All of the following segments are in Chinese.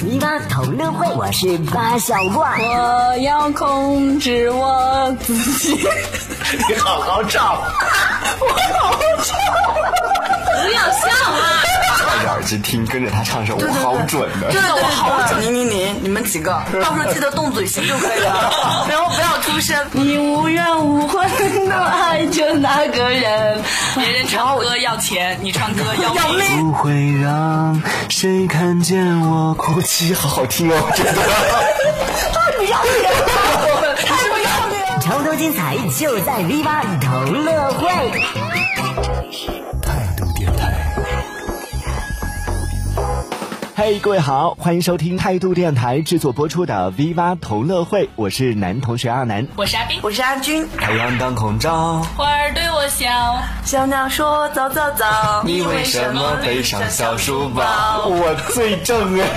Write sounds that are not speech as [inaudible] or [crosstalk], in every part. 泥巴同乐会，我是八小怪。我要控制我自己。你好好唱，不要笑啊！戴着耳机听，跟着他唱的时候，我好准的。对，我好整你你你你们几个，到时候记得动嘴型就可以了， [laughs] 然后不要出声。你无怨无悔的爱着那个 [laughs] 人，别人唱歌要钱，你唱歌要要命不会让谁看见我哭。后期好好听哦，真的。超多精彩就在 V 八同乐会。态度电台。嘿各位好，欢迎收听态度电台制作播出的 V 八同乐会，我是男同学阿南。我是阿冰，我是阿军，太阳当空照，花儿对我笑，小鸟说早早早，你为什么背上小书包？我最正哎。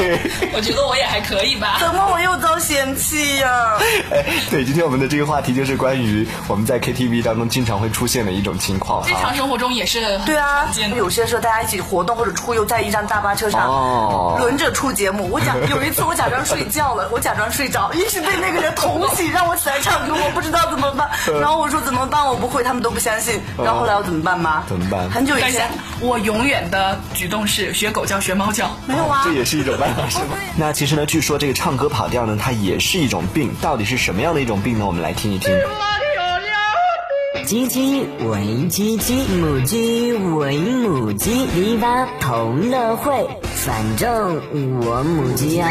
我觉得我也还可以 [laughs] 吧。怎么我又遭嫌弃呀、哎， [laughs] 对，今天我们的这个话题就是关于我们在 KTV 当中经常会出现的一种情况啊日常哈。生活中也是对啊常见，的有些时候大家一起活动或者出游，在一辆大巴车上、哦轮着出节目。我假有一次我假装睡 [laughs] 觉了，我假装睡着，一直被那个人捅醒，让我起来唱歌，我不知道怎么办。嗯然后我说怎么办？我不会，他们都不相信。然后后来我怎么办吗？怎么办很久以但是前我永远的举动是学狗叫学猫叫，没有啊哦这。也是一种办 [laughs] 法，是吗？那其实呢，据说这个唱歌跑调呢，它也是一种病。到底是什么样的一种病呢？我们来听一听。鸡鸡为鸡鸡，母鸡为母鸡，篱笆同乐会。反正我母鸡啊。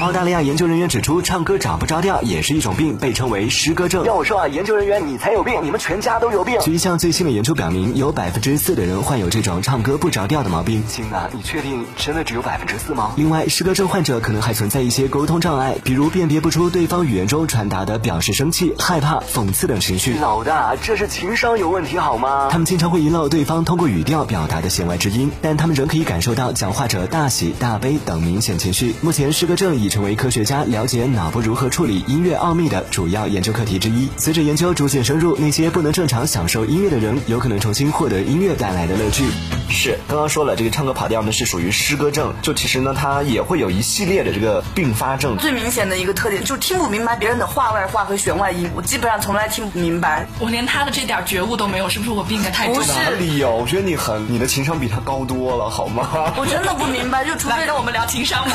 澳大利亚研究人员指出，唱歌找不着调也是一种病，被称为诗歌症。要我说啊，研究人员你才有病，你们全家都有病。据一项最新的研究表明，有百分之四的人患有这种唱歌不着调的毛病。亲啊，你确定真的只有百分之四吗？另外，诗歌症患者可能还存在一些沟通障碍，比如辨别不出对方语言中传达的表示生气、害怕、讽刺等情绪。老大，这是情商有问题好吗？他们经常会遗漏对方通过语调表达的弦外之音，但他们仍可以感受到讲话者大喜、大悲等明显情绪。目前，诗歌症已成为科学家了解脑部如何处理音乐奥秘的主要研究课题之一。随着研究逐渐深入，那些不能正常享受音乐的人，有可能重新获得音乐带来的乐趣。是，刚刚说了，这个唱歌跑调呢是属于诗歌症，就其实呢，它也会有一系列的这个并发症。最明显的一个特点就是听不明白别人的话外话和弦外音，我基本上从来听不明白。我连他的这点觉悟都没有，是不是我病得太重不了？是哪 [laughs] 里有？我觉得你很，你的情商比他高多了，好吗？我真的不明白，就除来，非让我们聊情 [laughs] 商吧。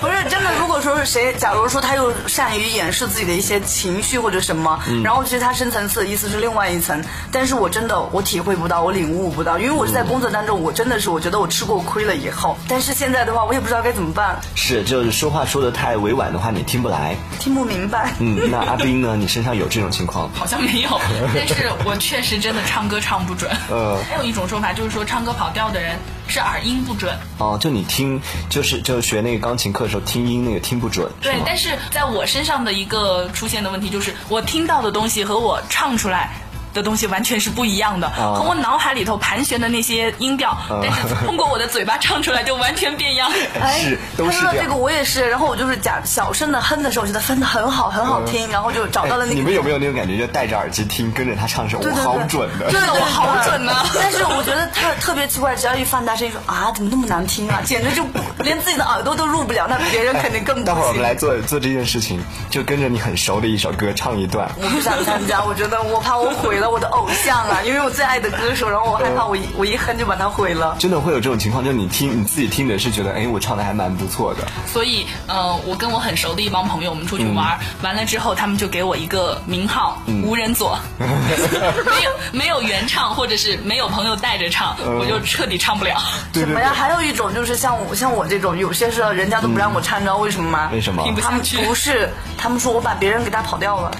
不是真的，如果说是谁，假如说他又善于掩饰自己的一些情绪或者什么，嗯然后其实他深层次的意思是另外一层，但是我真的我体会不到，我领悟不到，因为我是在工作当中，我真的是我觉得我吃过亏了以后，嗯但是现在的话，我也不知道该怎么办，是，就是说话说的太委婉的话，你听不来。听不明白。嗯，那阿斌呢？你身上有这种情况？好像没 [laughs] 有，但是我确实真的唱歌唱不准。嗯还有一种说法就是说，唱歌跑调的人是耳音不准。哦，就你听，就是就学那个钢琴课的时候听音那个听不准，是对，吗？但是在我身上的一个出现的问题就是，我听到的东西和我唱出来。的东西完全是不一样的，哦和我脑海里头盘旋的那些音调，啊但是通过我的嘴巴唱出来就完全变 [laughs] 样。 [laughs] 是都是哎说到这这个，样。我也是，然后我就是假小声的哼的时候，我觉得哼的很好，很好听，然后就找到了那嗯哎个你们有没有那种感觉？就戴着耳机听，跟着他唱的时候，对我对对好准的。对，我好准呐但是我觉得特特别奇怪，只要一放大声音说啊，怎么那么难 [laughs] 听啊，简直就不连自己的耳朵都入不了，那别人肯定更哎 [laughs] 不待会儿我们行。来做做这件事情，就跟着你很熟的一首歌唱一段。我不想参加，我觉得我怕我毁了我的偶像 [laughs] 啊，因为我最爱的歌手，然后我害怕我一我一哼就把他毁了。真的会有这种情况，就你听你自己听着是觉得，哎，我唱的还蛮不错的。所以，呃，我跟我很熟的一帮朋友，我们出去玩儿，嗯完了之后，他们就给我一个名号“无人 [laughs] 左”，没有没有原唱，或者是没有朋友带着唱，嗯我就彻底唱不 [laughs] 了。对什对么呀？还有一种就是像我像我这种，有些时候人家都不让我唱，你知道为什么吗？为什么听不他下们去。不是，他们说我把别人给他 [laughs] 跑掉了，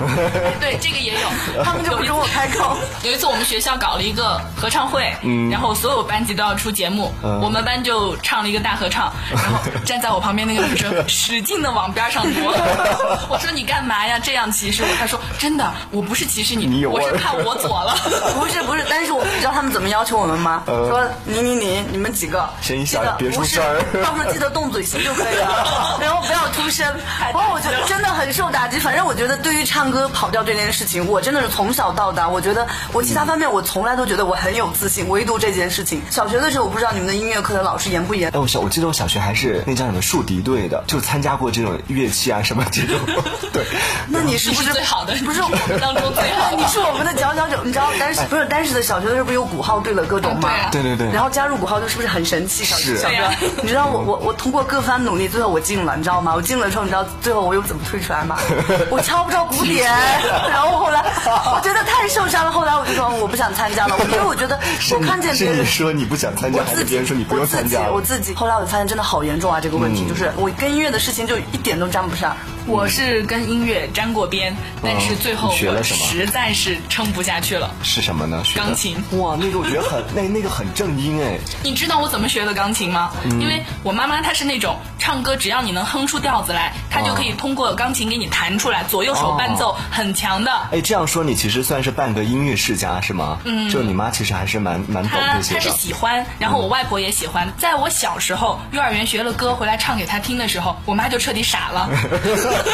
对，这个也有，他们就不跟我开口。有一次我们学校搞了一个合唱会，然后所有班级都要出节目，嗯我们班就唱了一个大合 [laughs] 唱，然后站在我旁边那个女生使劲的往边上 [laughs] 挪，我说你干嘛呀？这样歧视我？她说真的，我不是歧视你，你有我是味儿看我左了。 [laughs] 不是不是，但是我你知道他们怎么要求我们吗？呃说你你你你们几个声音记小得别出不是 [laughs] 声儿 [laughs] 到时候记得动嘴型就可以了，然后不要出身，然后我觉得真的很受打击。反正我觉得对于唱歌跑调这件事情，我真的是从小到大，我觉得我其他方面我从来都觉得我很有自信，唯独这件事情。小学的时候，我不知道你们的音乐课的老师严不严哎，。我小我记得我小学还是那叫什么竖笛队的，就参加过这种乐器啊什么这种。 [laughs] 对，那你是你不是是最好的不你是是我们当中最好的你是我们的佼佼者。你知道当时不是当时的小学的时候不是有鼓号队了各种对吗啊？对对对然后加入鼓号队是不是很神奇？小是小对学啊，你知道我我我通过各番努力，最后我进了，你知道吗？我进了之后，你知道最后我又怎么退出来吗？我敲不着 [laughs] 鼓点，然后后来我觉得太受伤了，后来我就说我不想参加了，因为我觉得我看见别是人你。说你不想参加，我还自是己，别人说你不用参加？嗯我自己，我自己。后来我就发现真的好严重啊，这个问题、就是我跟音乐的事情就一点都沾不上。我是跟音乐沾过边，但是最后嗯你学了我什么实在是撑不下去了。是什么呢？学的钢琴哇，那个我觉得 [laughs] 很那那个很正音哎，你知道我怎么学的钢琴吗？嗯因为我妈妈她是那种唱歌，只要你能哼出调子来，她就可以通过钢琴给你弹出来，左右手伴奏很强的。哦哎，这样说你其实算是半个音乐世家是吗？嗯，就你妈其实还是蛮蛮懂她这些她是的。喜欢，然后我外婆也喜欢。在我小时候，幼儿园学了歌回来唱给她听的时候，我妈就彻底傻 [laughs] 了。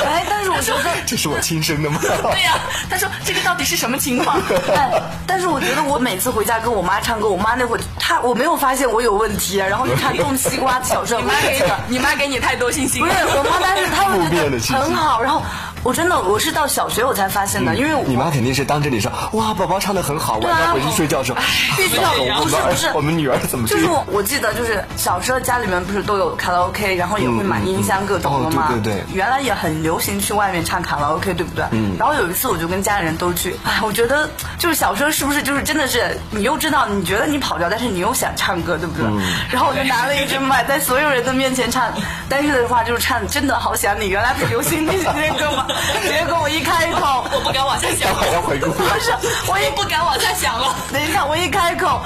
哎，但是我觉得这是我亲生的 [laughs] 吗？对呀、她说这个到底是什么情 [laughs] 况？哎，但是我觉得我每次回家跟我妈唱歌，我妈那会儿她我没有发现我有问题，啊然后一看种西瓜，小时候你妈给哎你，你妈给你太多信心不是了。我妈，当时她负面会的觉信得很息好，然后我真的我是到小学我才发现的，啊因为 [laughs] 我啊你妈肯定是当着你说，哇，宝宝唱的很好，晚上回去睡觉的时候，哎必须要不是我不们是不是儿我们女儿怎么就是我我记得就是小时候家里面不是都有卡拉 OK，然后也会买音箱各种的嘛。嗯嗯嗯嗯哦对对对原来也很流行去外面唱卡拉 OK，对不对？嗯。然后有一次我就跟家里人都去，哎，我觉得就是小时候是不是就是真的是你又知道你觉得你跑调，但是你又想唱歌，对不对？嗯然后我就拿了一支麦，在所有人的面前唱，但是的话就是唱真的好想你，原来不流行这些歌嘛。结果我一开口，我不敢往下 [laughs] 想还了，要回顾？不是我一我不敢往下想了。 [laughs] 等一下，我一开口，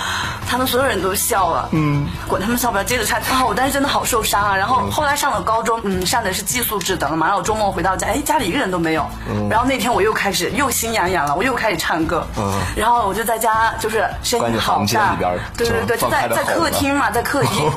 他们所有人都笑了。嗯，管他们笑不笑，接着唱。啊，我当时真的好受伤啊。然后后来上了高中，嗯，上的是寄宿制的了嘛。然后我周末回到家，哎，家里一个人都没有。然后那天我又开始又心痒痒了，我又开始唱歌。嗯然后我就在家，就是声关音着好房间大里边儿，对对对，是吧放就开在了在吼客了厅嘛，在 [laughs] 客厅，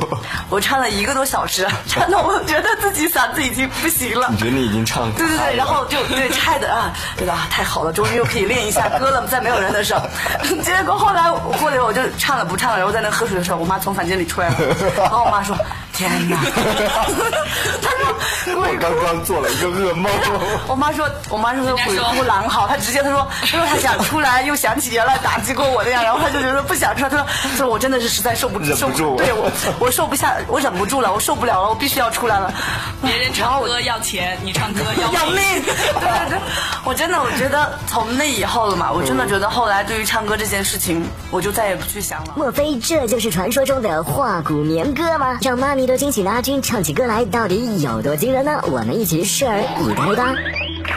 我唱了一个多小时，唱到我觉得自己嗓子已经不行了你。觉得你已经唱对对嗨了对，然后就对拆的啊， [laughs] 觉得啊太好了，终于又可以练一下歌了，在没有人的时候。 [laughs] 结果后来我过了一会儿我就唱了不唱了，然后在那喝水的时候，我妈从房间里出来了，然后我妈说：“天哪！” [laughs] 她说：“我刚刚做了一个噩梦。 [laughs] 我妈说，我妈是个家鬼说哭狼嚎，她直接她说，因为她想出来，又想起原来打击过我那样，然后她就觉得不想出来，她说，她说我真的是实在受不忍不受住对我我受不下，我忍不住了，我受不了了，我必须要出来了。别人唱歌要钱，你唱歌要要 [laughs] 命！对对对，我真的我觉得从那以后了嘛，我真嗯的觉得后来对于唱歌这件事情，我就再也不去想了。莫非这就是传说中的化骨绵歌吗？让妈咪都惊喜的阿军唱起歌来到底有多惊人呢？我们一起拭而以待吧。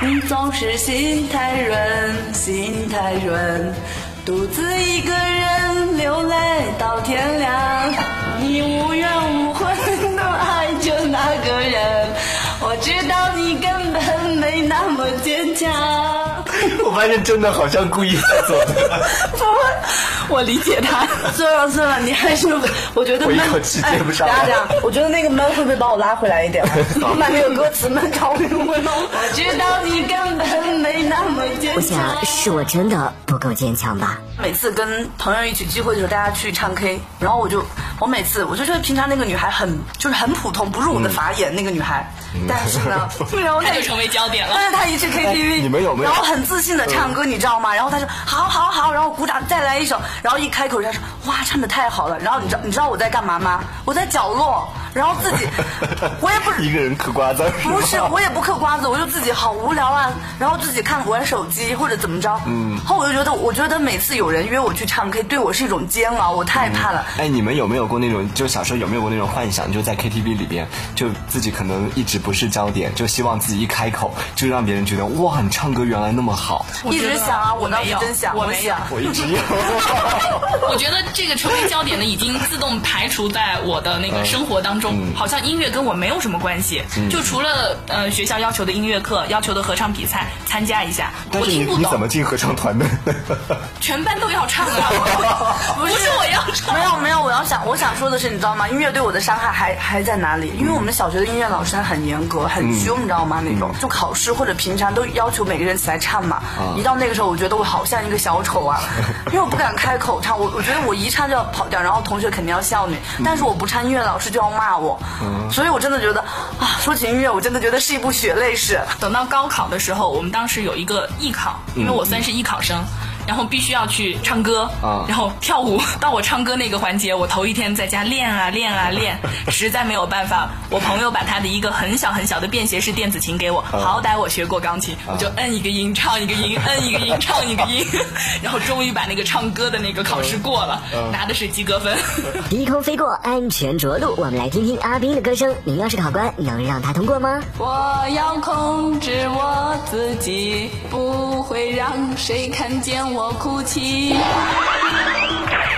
你总是心太软，心太软，独自一个人流泪到天亮。你无怨无悔的爱着那个人，我知道你根本没那么坚强。我发现真的好像故意在做的， [laughs] 我理解他。算了算了，你还是我觉得我一闷，口气接不上哎等一下等一下我觉得那个闷会不会把我拉回来一 [laughs] 点？我 [laughs] 把那个歌词闷着我会不会弄？我知道你根本没那么坚我想是我真的不够坚强吧。每次跟朋友一起聚会的时候，大家去唱 K，然后我就，我每次我就觉得平常那个女孩很就是很普通，不入我嗯的法眼、那个女孩，但是 [laughs] 呢，然后她她 [laughs] 就成为焦点了但。是她一去 KTV，、哎你们有没有然后很自信的唱歌，你知道吗？然后她说好好好，然后鼓掌再来一首，然后一开口人家说哇唱的太好了，然后你知道你知道我在干嘛吗？我在角落，然后自 [laughs] 己我也不一个人嗑瓜子儿。不是，我也不嗑瓜子，我就自己好无聊啊，然后自己看玩手机或者怎么着。嗯，后我就觉得，我觉得每次有人约我去唱 K，对我是一种煎熬，我太怕嗯了。哎，你们有没有过那种，就小时候有没有过那种幻想，就在 KTV 里边，就自己可能一直不是焦点，就希望自己一开口就让别人觉得哇，你唱歌原来那么好，我一觉直得想啊，我我倒没是有真想，我我没有想。我一直有。我觉得这个成为焦点的已经自动排除在我的那嗯个生活当中，好像音乐跟我没有什么关系。就除了呃学校要求的音乐课、要求的合唱比赛参加一下， [laughs] 但我是你听不你怎懂，么进合唱团的？全班都要唱 [laughs] 啊，不是我要唱。没有没有，我要想我想说的是，你知道吗？音乐对我的伤害还还在哪嗯里？因为我们小学的音乐老师他很严格、很凶，你知道吗？那种就考试或者平常都要求每个人起来唱嘛。啊一到那个时候，我觉得我好像一个小 [laughs] 丑啊，因为我不敢开口唱，我我觉得我一唱就要跑调，然后同学肯定要笑你，嗯但是我不唱，音乐老师就要骂我，所以我真的觉得啊，说起音乐，我真的觉得是一部血泪史。等到高考的时候，我们当时有一个艺考，因为我算是艺考生。然后必须要去唱歌，啊然后跳舞。到我唱歌那个环节，我头一天在家练啊练啊练，实在没有办法。我朋友把他的一个很小很小的便携式电子琴给我，好歹我学过钢琴，我就摁一个音唱一个音，摁一个音唱一个音，然后终于把那个唱歌的那个考试过了，拿的是及格分。低空飞过，安全着陆。我们来听听阿斌的歌声。您要是考官，能让他通过吗？我要控制我自己，不会让谁看见我哭泣。 [laughs]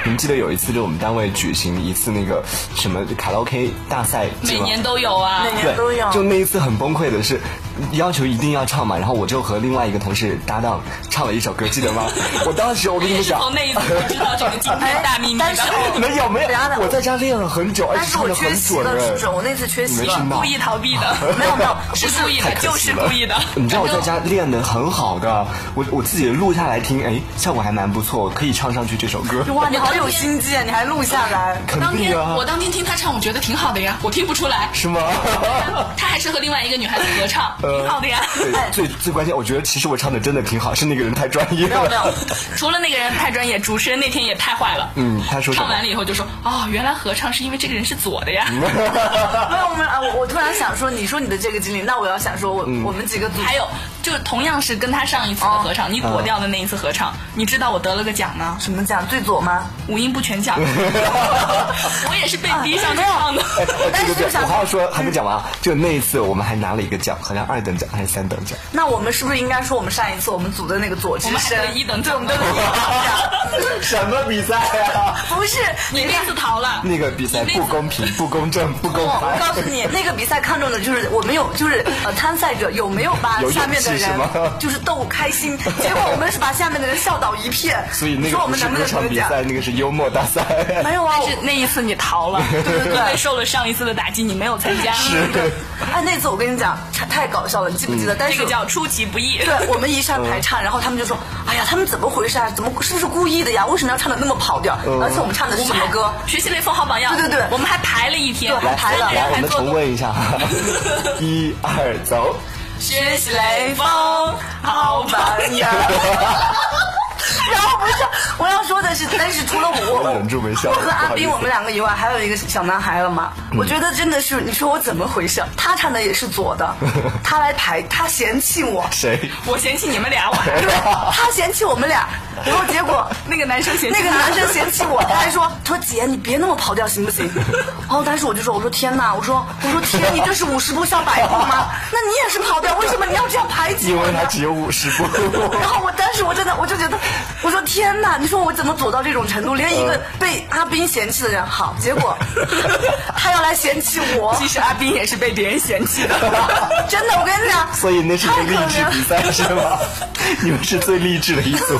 你们记得有一次，就我们单位举行一次那个什么卡拉 OK 大赛，每是吗年都有啊，每年都有对，就那一次很崩溃的是，要求一定要唱嘛，然后我就和另外一个同事搭档唱了一首歌，记得吗？ [laughs] 我当时我跟你们是讲，从那一次才知道这个惊天大秘密的。哎但 [laughs] 是没有没 [laughs] 有等一下，我在家练了很久，而但且是唱我的缺很席准了，哎挺准，我那次缺你席没了听。到故。意逃避的，没有没有， [laughs] 是故意太的，可惜就了是故意的。你知道我哎在家练的很好的，我我自己录下来听，哎，效果还蛮不错，可以唱上去这首歌。哇，你好有心机啊！你还录下来，肯当天定啊我，当天听他唱，我觉得挺好的呀，我听不出来。 [laughs] 是吗？他还是和另外一个女孩子合唱，挺好的呀。呃哎哎对，最最关键，我觉得其实我唱的真的挺好，是那个人太专业了。除了那个人太专业，主持人那天也太坏了。 [laughs] 嗯他说什么唱完了以后就说：“哦，原来合唱是因为这个人是左的呀。嗯 [laughs] 没有，我们啊，我我突然想说，你说你的这个经历，那我要想说我，嗯我、们几个组还有，就同样是跟他上一次的合唱，你躲掉的那一次合唱，你知道我得了个奖吗？啊什么奖最左吗？五音不全奖。我也是被逼上去唱的。哎对对对，但是我想我还要说还没讲完啊，就那一次我们还拿了一个奖，好像二等奖还是三等 [laughs] 奖。那我们是不是应该说我们上一次我们组的那个左之我们还声得？一等奖，对，我们都得一等奖。什么比赛啊？不是你你那看次逃了。那个比赛不公平、不公正、不公哦我开我。告诉你，那个比赛看重的就是我们有，就是呃参赛者有没有把有勇气下面的是吗人就是逗 [laughs] 开心，结果我们是把下面的人笑倒一片。所以那个你说我不们是能不歌能唱得比奖？赛，那个是幽默大赛。没有啊，但我是那一次你逃 [laughs] 了，因 [laughs] 为受了上一次的打击，你没有参加。是，哎那次我跟你讲，太太搞笑了，你记不记得？但这是嗯个叫出其不意。对我们一上嗯台唱，然后他们就说：“哎呀，他们怎么回事啊？怎么是不是故意的呀？为什么要唱的那么跑调？嗯而且我们唱的是什么歌？学习雷锋好榜样。对对对我们还排了一天，对还排了三个人 [laughs] 来，我还们做重动温一下， [laughs] 一二走。学习雷锋好榜样。哎呀 [laughs] 然后不是，我要说的是，但是除了我，我忍住没笑我和阿斌不好意思嗯我们两个以外，还有一个小男孩了嘛。我觉得真的是，你说我怎么回事？他唱的也是左 [laughs] 的，他来排，他嫌弃我，谁？我嫌弃你们俩，我还对，他嫌弃我们俩，然后结果那个男生嫌弃那个他男生嫌弃我，他还说：“他说姐，你别那么跑调行不行？”然后当时我就说：“我说天哪，我说我说天，你这是五十步笑百步吗？那你也是跑调，为什么你要这样排挤因我为呢他只有五十 [laughs] 步。？”然后我当时我真的我就觉得，我说天哪，你说我怎么走到这种程度？连嗯一个被阿斌嫌弃的人好，[laughs] 结果他要来嫌弃我，其实阿斌也是被别人嫌弃的。真的，我跟你讲，所以那是一个励志比赛是吗？你们是最励志的一 [laughs] 组。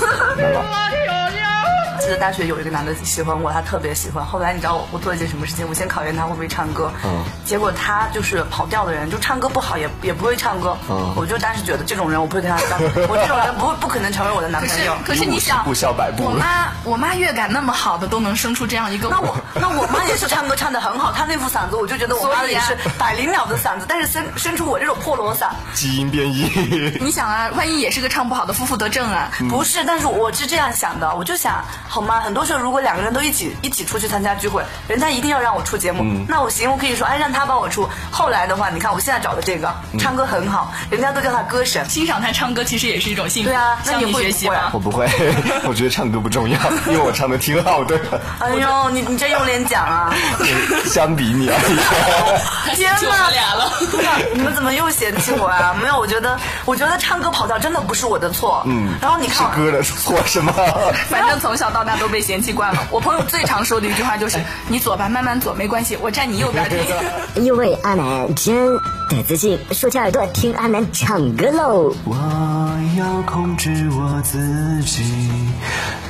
记得大学有一个男的喜欢我，他特别喜欢。后来你知道我我做了一件什么事情？我先考验他会不会唱歌。嗯。结果他就是跑调的人，就唱歌不好，也也不会唱歌。嗯。我就当时觉得这种人我不会跟他当，我这种人不会不可能成为我的男可朋是友。可是你想，五十步笑百步我妈我妈乐感那么好的都能生出这样一个那我那我妈也是唱歌唱的很好，她那副嗓子，我就觉得我妈所以也啊是百灵鸟的嗓子，但是生生出我这种破锣嗓。基因变异。 [laughs] 你想啊，万一也是个唱不好的夫妇得正啊，不是，但是我是这样想的，我就想，好吗？很多时候，如果两个人都一起一起出去参加聚会，人家一定要让我出节目，那我行，我可以说，哎，让他帮我出。后来的话，你看我现在找的这个，唱歌很好，人家都叫他歌神。欣赏他唱歌其实也是一种幸福。对啊那向你你会学不习会吗啊？我不会， [laughs] 我觉得唱歌不重要，因为我唱的挺好的， [laughs] 哎呦，你你这用脸讲啊！相比你而言。天就我呐，俩了对啊， [laughs] 你们怎么又嫌弃我啊？没有，我觉得，我觉得唱歌跑调真的不是我的错。嗯。然后你是看 [laughs] 我，歌的错是吗？ [laughs] 反正从小到大都被嫌弃惯了。我朋友最常说的一句话哎就是：“你左吧，慢慢左，没关系，我站你 [laughs] 右边。”又为阿南真得自信，竖起耳朵听阿南唱歌喽。我要控制我自己，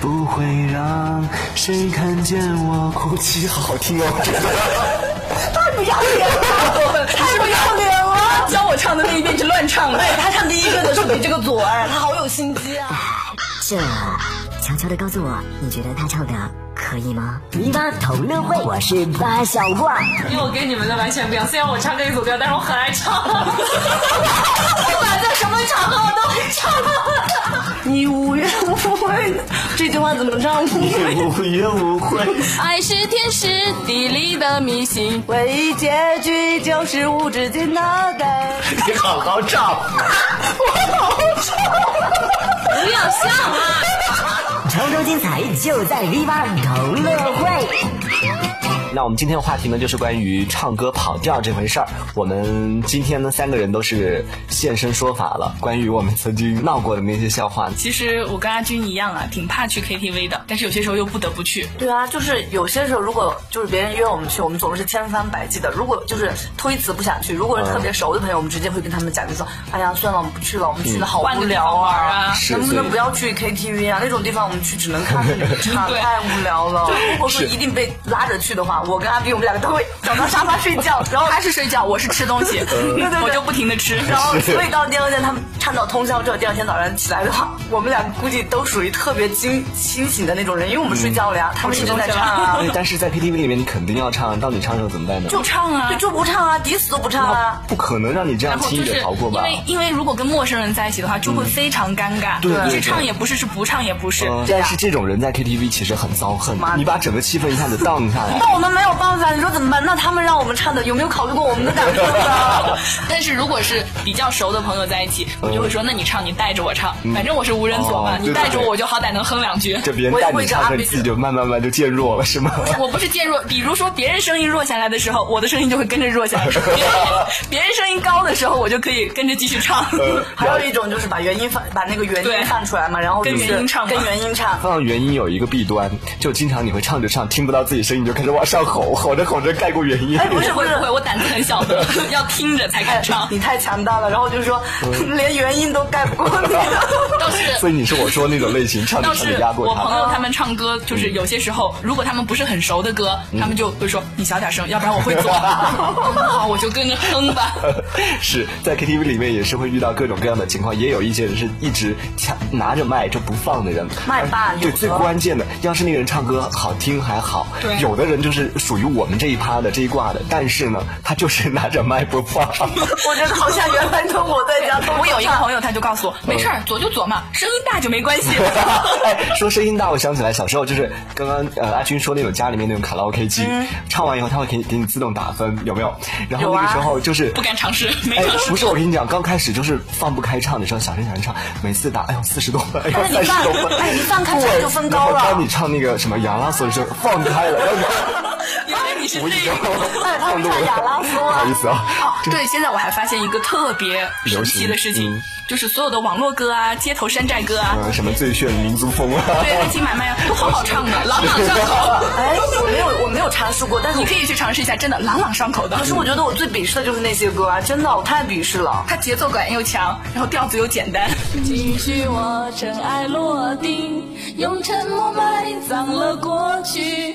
不会让谁看见我哭泣。好好听哦，太不要脸了！教我唱的那一遍是乱唱的。对他唱第一个的时候比这个左儿，他好有心机啊。这，悄悄的告诉我，你觉得他唱的可以吗？泥巴同乐会，我是八小怪。因为我跟你们的完全不一样，虽然我唱这一组歌，但是我很爱唱。 [laughs] [laughs] 你无怨无悔，这句话怎么唱？ [laughs] 无怨无悔。爱是天时地利的迷信，唯一结局就是无止境的等。你好好唱，不要笑啊！潮州精彩就在 V 八同乐会。那我们今天的话题呢，就是关于唱歌跑调这回事儿。我们今天呢，三个人都是现身说法了，关于我们曾经闹过的那些笑话。其实我跟阿军一样啊，挺怕去 KTV 的，但是有些时候又不得不去。对啊，就是有些时候，如果就是别人约我们去，我们总是千方百计的。如果就是推辞不想去，如果是特别熟的朋友，我们直接会跟他们讲，就说：“哎呀，算了，我们不去了，我们去的好换无个地聊方玩儿啊啊，嗯是能不能对不要去 KTV 啊？那种地方我们去只能看个女唱，对太无聊 [laughs] 了。如果说一定被拉着去的话，我跟阿斌我们两个都会找到沙发睡 [laughs] 觉，然后他是睡觉，我是吃东呃西， [laughs] 对对我就不停的吃。然后，所以到第二天他们唱到通宵之后，第二天早上起来的话，我们俩估计都属于特别清清醒的那种人，因为我们睡觉了呀，嗯他们一直在唱啊。对，哎但是在 KTV 里面，你肯定要唱，到你唱的时候怎么办呢？不唱啊对，就不唱啊，抵死都不唱啊。不可能让你这样然后轻就易的是逃过因吧？嗯为因为如果跟陌生人在一起的话，就会非常尴尬。对对你是对唱也不是，是不唱也不是。嗯，但是这种人在 KTV 其实很遭恨啊妈，的你把整个气氛一下子 down 下来。 [laughs] 那我们没有办法，你说怎么啊办？那他们让我们唱的，有没有考虑过我们的感受呢？但是如果是比较熟的朋友在一起，我就会说，那你唱，你带着我唱，反正我是无人左嗯哦嘛，对你对带着对我，我就好歹能哼两句。这别人我也带会你这样唱歌，被你自己就慢慢慢就渐弱了，是吗？ [laughs] 我不是渐弱，比如说别人声音弱下来的时候，我的声音就会跟着弱 [laughs] 下来；别人别人声音高的时候，我就可以跟着继续唱。还有一种就是把原因放，把那个原对因放出来嘛，然后就是跟原因唱嘛跟原因唱。放原因有一个弊端，就经常你会唱着唱听不到自己声音，你就开始往上吼，吼着吼着盖过原因。哎，不是不不会是不。会，我胆子很小的， [laughs] 要听着才哎敢唱，。你太强大了，然后就说嗯连原因都盖不过你， [laughs] 倒是所以你是我说那种 [laughs] 类型，唱着倒唱着是压过我朋他。哦嗯友他们唱歌，就是有些时候，如果他们不是很熟的歌，他们就会说你小点声，要不然我 [laughs] 会走。好，我就跟着哼吧。是在 KTV 里面也是会遇到各种各样的情况，也有一些人是一直抢拿着麦就不放的人。哎麦霸对，有的最关键的，要是那个人唱歌好听还好，对有的人就是属于我们这一趴的这一挂的，但是呢，他就是拿着麦不放。 [laughs] 我觉得好像原来的我在家都我有一个朋友，他就告诉我，没事嗯儿，左就左嘛，声音大就没 [laughs] 关系。哎，说声音大，我想起来小时候就是刚刚呃阿军说那种家里面那种卡拉 OK 机，唱完以后他会给你给你自动打分，有没有？然后那个时候就是、不敢尝试，没哎尝，试不是我跟你讲，刚开始就是放不开唱的时候，小声小声唱，每次打，哎呦四十多分，哎呦哎你三十放多分，哎你放开唱就分高了然后当你唱那个什么亚拉索的时候，放开了， [laughs] 然后原来你是你无意这中样。 [laughs] 放路唱亚拉了，索不好意思啊，哦，对，现在我还发现一个特别神奇的事流情行嗯，就是所有的网络歌啊、街头山寨歌啊，呃什么最炫民族风啊，对，爱情买卖啊，都好好唱的，朗朗上口。哎，我没有我没有尝试过，但是你我可以去尝试一下，真的朗朗上口的可。是我觉得我最鄙视的就是那些歌啊，真的我太鄙视了。它节奏感又强，然后调子又简单。允许我尘埃落定，用沉默埋葬了过去。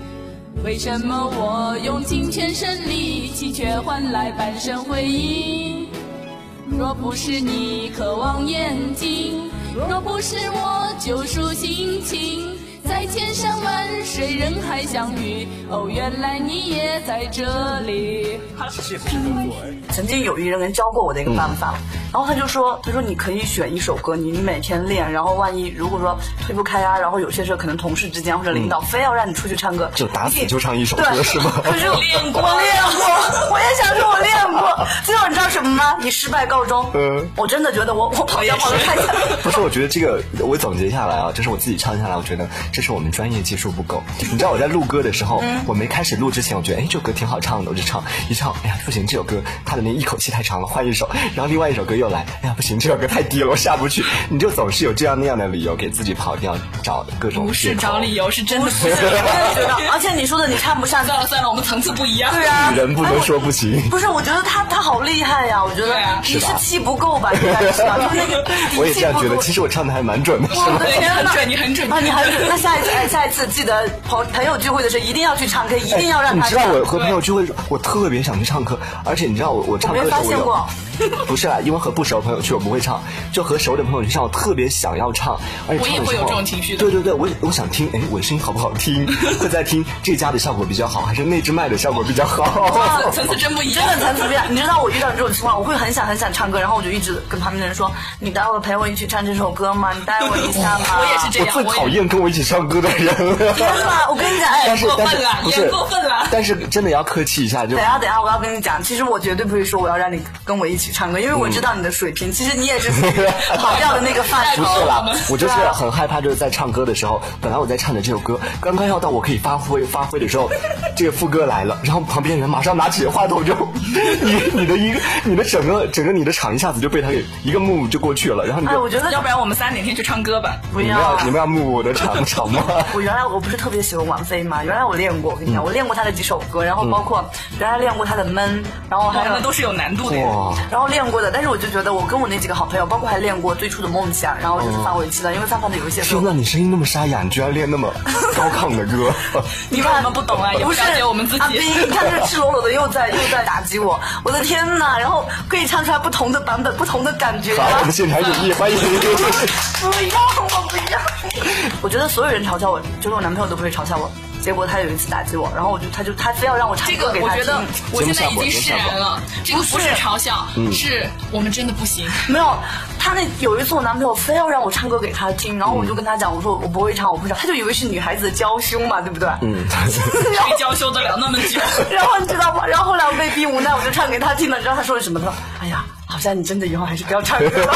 为什么我用尽全身力气，却换来半生回忆？若不是你渴望眼睛，若不是我救赎心情，在千山万水人海相遇。哦，原来你也在这里。曾经有一个人教过我的一个办法，嗯然后他就说，他说你可以选一首歌，你每天练，然后万一如果说推不开啊，然后有些时候可能同事之间或者领导非要让你出去唱歌，嗯就打死就唱一首对歌是 [laughs] 吗？可是我练过我练过，我也想说我练 [laughs] 过，最后你知道什么吗？以失败告终。嗯我真的觉得我我跑要跑得太 [laughs] 远。不是，我觉得这个我总结下来啊，这是我自己唱下来，我觉得这是我们专业技术不够。你知道我在录歌的时候，我没开始录之前，我觉得哎这首歌挺好唱的，我就唱一唱，哎呀不行，这首歌它的那一口气太长了，换一首，然后另外一首歌又来，哎呀不行，这首歌太低了，我下不去。你就总是有这样那样的理由给自己跑掉，找各种不借是口找理。由，是真的不是。 [laughs] 对吧而且你说的你唱不上，算了算了，我们层次不一样。对啊，人不能说不行。不是，我觉得他他好厉害呀、我觉得对啊你是是吧气不够吧，应该是吧，啊就是那个我也这样觉得，其气实我唱的还蛮准的，是不够。我吗的？天很呐，准你很准啊！你很准。那下一次，哎，下一次记得朋朋友聚会的时候一定要去唱 K，一定要让哎你他知道唱。我和朋友聚会，我特别想去唱歌，而且你知道我我唱歌的时候我没发我有， [laughs] 不是啊，因为和不熟的朋友去我不会唱，就和熟的朋友去唱，我特别想要唱，而且我也唱的时会有候这种情绪的对对对，我我想听，哎，我声音好不好听？ [laughs] 会在听这家的效果比较好，还是那只麦的效果比较好？层 [laughs] 次哦真不一真样。的层次不一样。你知道我遇到这种情况，我会很想很想唱歌，然后我就一直跟旁边的人说：“你待会儿陪我一起唱这首歌吗？你带我一下吗？” [laughs] 我也是这我样，最我讨也厌跟我一起唱歌的人 [laughs] 了。天呐，我跟你讲，哎，但是过分但是了不也是过分了但是真的要客气一下，就等一下，等一下，我要跟你讲，其实我绝对不会说我要让你跟我一起唱歌，因为我知道你的水平，其实你也是 [laughs] 属于跑调的那个范畴不。是啦，我就是对啊很害怕，就是在唱歌的时候，本来我在唱着这首歌，刚刚要到我可以发挥发挥的时候，这个副歌来了，然后旁边人马上拿起话筒就， [laughs] 你你的一个你的整个整个你的场一下子就被他给一个幕就过去了，然后你哎，就、我觉得要不然我们仨哪天去唱歌吧？不你们要要啊你。们要幕我的场场吗？ [laughs] 我原来我不是特别喜欢王菲嘛，原来我练过，我跟你讲，我练过她的几首歌，然后包括原来练过她的《闷》，然后我还有们都是有难度的。哇，然后练过的，但是我就觉得我跟我那几个好朋友，包括还练过最初的梦想，然后就是范玮琪的，因为范范的有一些天歌，呐，你声音那么沙哑，你居然练那么高亢的歌， [laughs] 你看我们不懂啊，也不不是了解我们自阿己斌，。你看这赤裸裸的又在又在打击我，我的天呐！然后可以唱出来不同的版本，不同的感觉。啊好，我们现场演绎，欢迎。不要，我不要。 [laughs] 我觉得所有人嘲笑我，就是我男朋友都不会嘲笑我。结果他有一次打击我，然后我就他就他非要让我唱这歌个给我他听。觉得我现在已经释然了，这个不是嘲笑，是我们真的不行。没有，他那有一次我男朋友非要让我唱歌给他听，然后我就跟他讲，我说我不会唱，我不会唱，他就以为是女孩子的娇羞嘛，对不对？ [laughs] 嗯。 [laughs] 谁娇羞得了那么久？然后你知道吗？然后后来我被逼无奈，我就唱给他听了。你知道他说的什么？他说：“哎呀，好像你真的以后还是不要唱歌了。”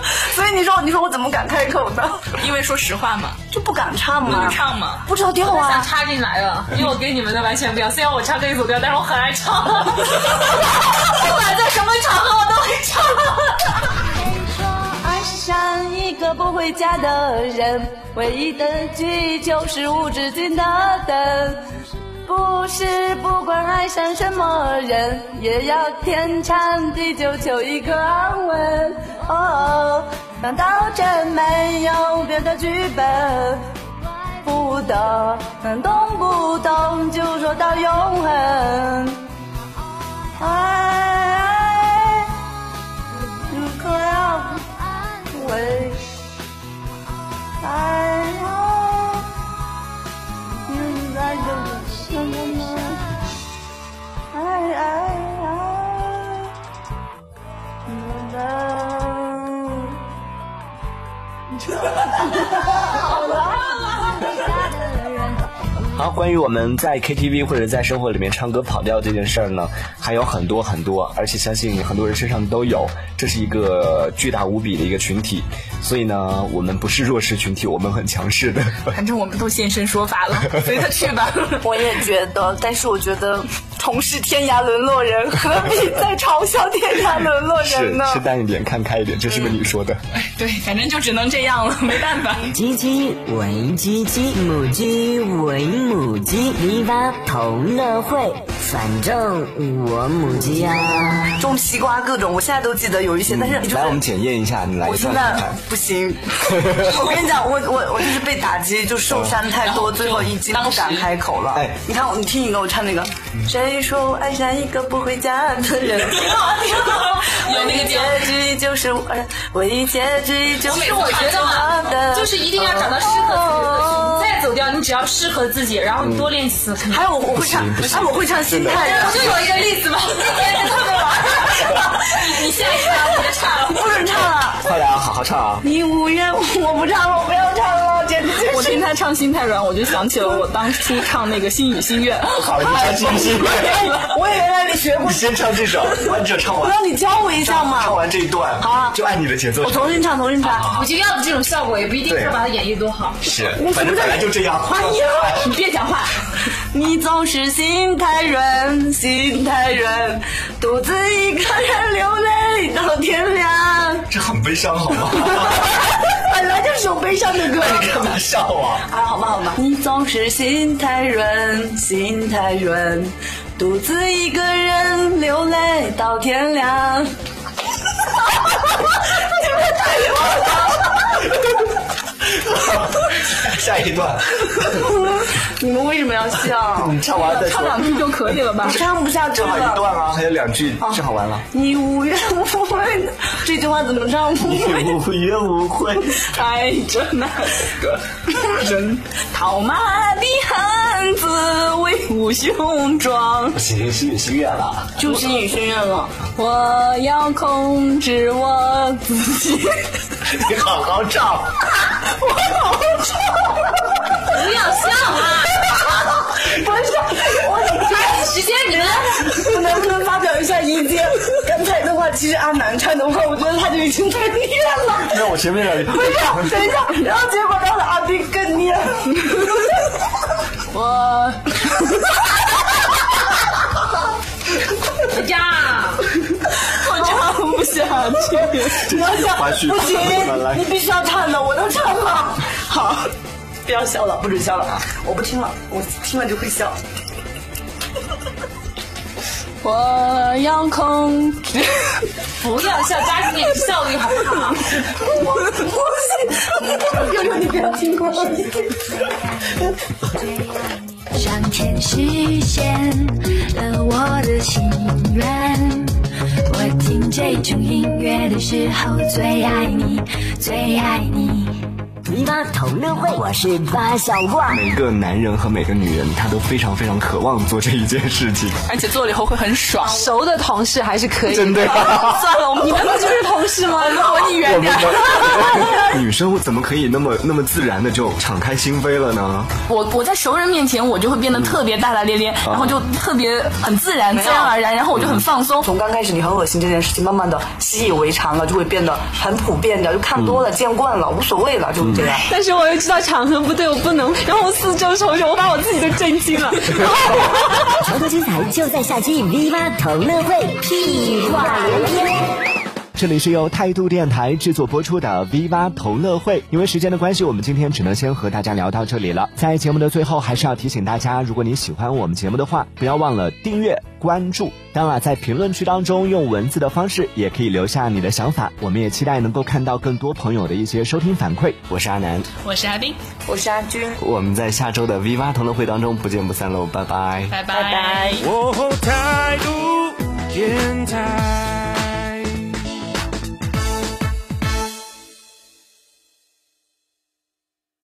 [laughs] 所以你说，你说我怎么敢开口呢？因为说实话嘛，就不敢唱嘛，不唱嘛不知道调想啊。插进来了，因为我跟你们的完全不一样。虽然我唱这一组歌，但是我很爱 [laughs] 唱，不管在什么场合我都会唱。爱上一个不回家的人，唯一的距离就是无止境的等。不是不管爱上什么人，也要天长地久，求一个安稳。哦，难道真没有别的剧本？不懂，能懂不懂就说到永恒。爱，如果要为爱哦，应该就是什么？爱爱爱，你们。好，关于我们在 KTV 或者在生活里面唱歌跑调这件事儿呢，还有很多很多，而且相信很多人身上都有。这是一个巨大无比的一个群体，所以呢，我们不是弱势群体，我们很强势的。反正我们都现身说法了，随他去吧。 [laughs] 我也觉得，但是我觉得同是天涯沦落人，何必再嘲笑天涯沦落是人呢？是淡一点，看开一点，这是不是你说的？对，反正就只能这样了，没办法。鸡鸡为鸡鸡，母鸡为母鸡，篱笆同乐会，反正我母鸡啊。种西瓜各种，我现在都记得有一些，但是你就来，我是们检验一下，你来我一现段在看看。不行， [laughs] 我跟你讲，我我我就是被打击，就受伤太哦多，嗯最后已经不敢开口了。哎你看我，你听一个，我唱那个，嗯谁说我爱上一个不回家的 [laughs] 人？ [laughs] 挺好听的。有那个结调局就是我，唯一结局就是我觉得嘛的，就是一定要找到适合自己的，再走你只要适合自己，然后你多练习词，还有我会唱，哎，我会唱心态对，我的，就有一个例子嘛，你今天就特别玩，你你下一趴我就唱了。不准唱了。快来啊，好好唱啊！你五月我不唱了，我不要唱了，简直我听他唱《心太软》，我就想起了我当初唱那个《心语心愿》。好，你唱这一段，哎我也原来你学过你，先唱这首，完整唱不完，让你教我一下唱吗？完这一段，好啊就按你的节奏我。重新唱，重新唱。我觉得要的这种效果也不一定对他把它演绎多好。是，反正本来就这样。哎呀，你别讲话！你总是心太软，心太软，独自一个人流泪到天亮。这很悲伤，好吗？本来就是有悲伤的歌。你干嘛笑啊？啊，好吧，好吧。你总是心太软，心太软，独自一个人流泪到天亮。下一段，你们为什么要笑？你唱完再唱说。两句就可以了吧 [laughs] 我？唱不下去正好一了。段啊，还有两句，正好完了。你无怨无悔，这句话怎么唱？无悔我也不会，爱着那个人，套马的汉子威武雄壮不，行，心语心愿了。就是女心愿了。我要控制我自己。你好好唱，不要笑啊！不是，我时间你们我能不能发表一下意见？刚才的话，其实阿南唱的话，我觉得他就已经太厉害了。那我前面两句。等一下，等一下，然后结果啊到了阿斌更厉害。我呀，我唱不下去。你要笑，花絮不行慢慢来，你必须要唱的，我都唱了。好，不要笑了，不准笑了，我不听了，我听了就会笑。我要控制，不要笑，加强你的效率好不好？我不信，悠悠你不要听过。上天实现了我的心愿。我听这种音乐的时候，最爱你，最爱你。泥巴同乐会，我是八小花。每个男人和每个女人，他都非常非常渴望做这一件事情，而且做了以后会很爽。熟的同事还是可以。真的。算了，我们你们不就是同事吗？我离你我远点。们女生怎么可以那么那么自然的就敞开心扉了呢？ [laughs] 我我在熟人面前，我就会变得特别大大咧咧，然后就特别很自然，自然而然，然后我就很放松。从刚开始你很恶心这件事情，慢慢的习以为常了，就会变得很普遍的，就看多了、见惯了，无所谓了，就这样。但是我又知道场合不对，我不能。然后我四周瞅瞅，我把我自己都震惊了。超多精彩就在下期 V 八同乐会，屁话连篇。这里是由态度电台制作播出的 V 八同乐会。因为时间的关系，我们今天只能先和大家聊到这里了。在节目的最后，还是要提醒大家，如果你喜欢我们节目的话，不要忘了订阅、关注。当然啊，在评论区当中用文字的方式也可以留下你的想法，我们也期待能够看到更多朋友的一些收听反馈。我是阿南，我是阿丁，我是阿军。我们在下周的 V 八同乐会当中不见不散喽，拜拜。拜拜哦，态度电台。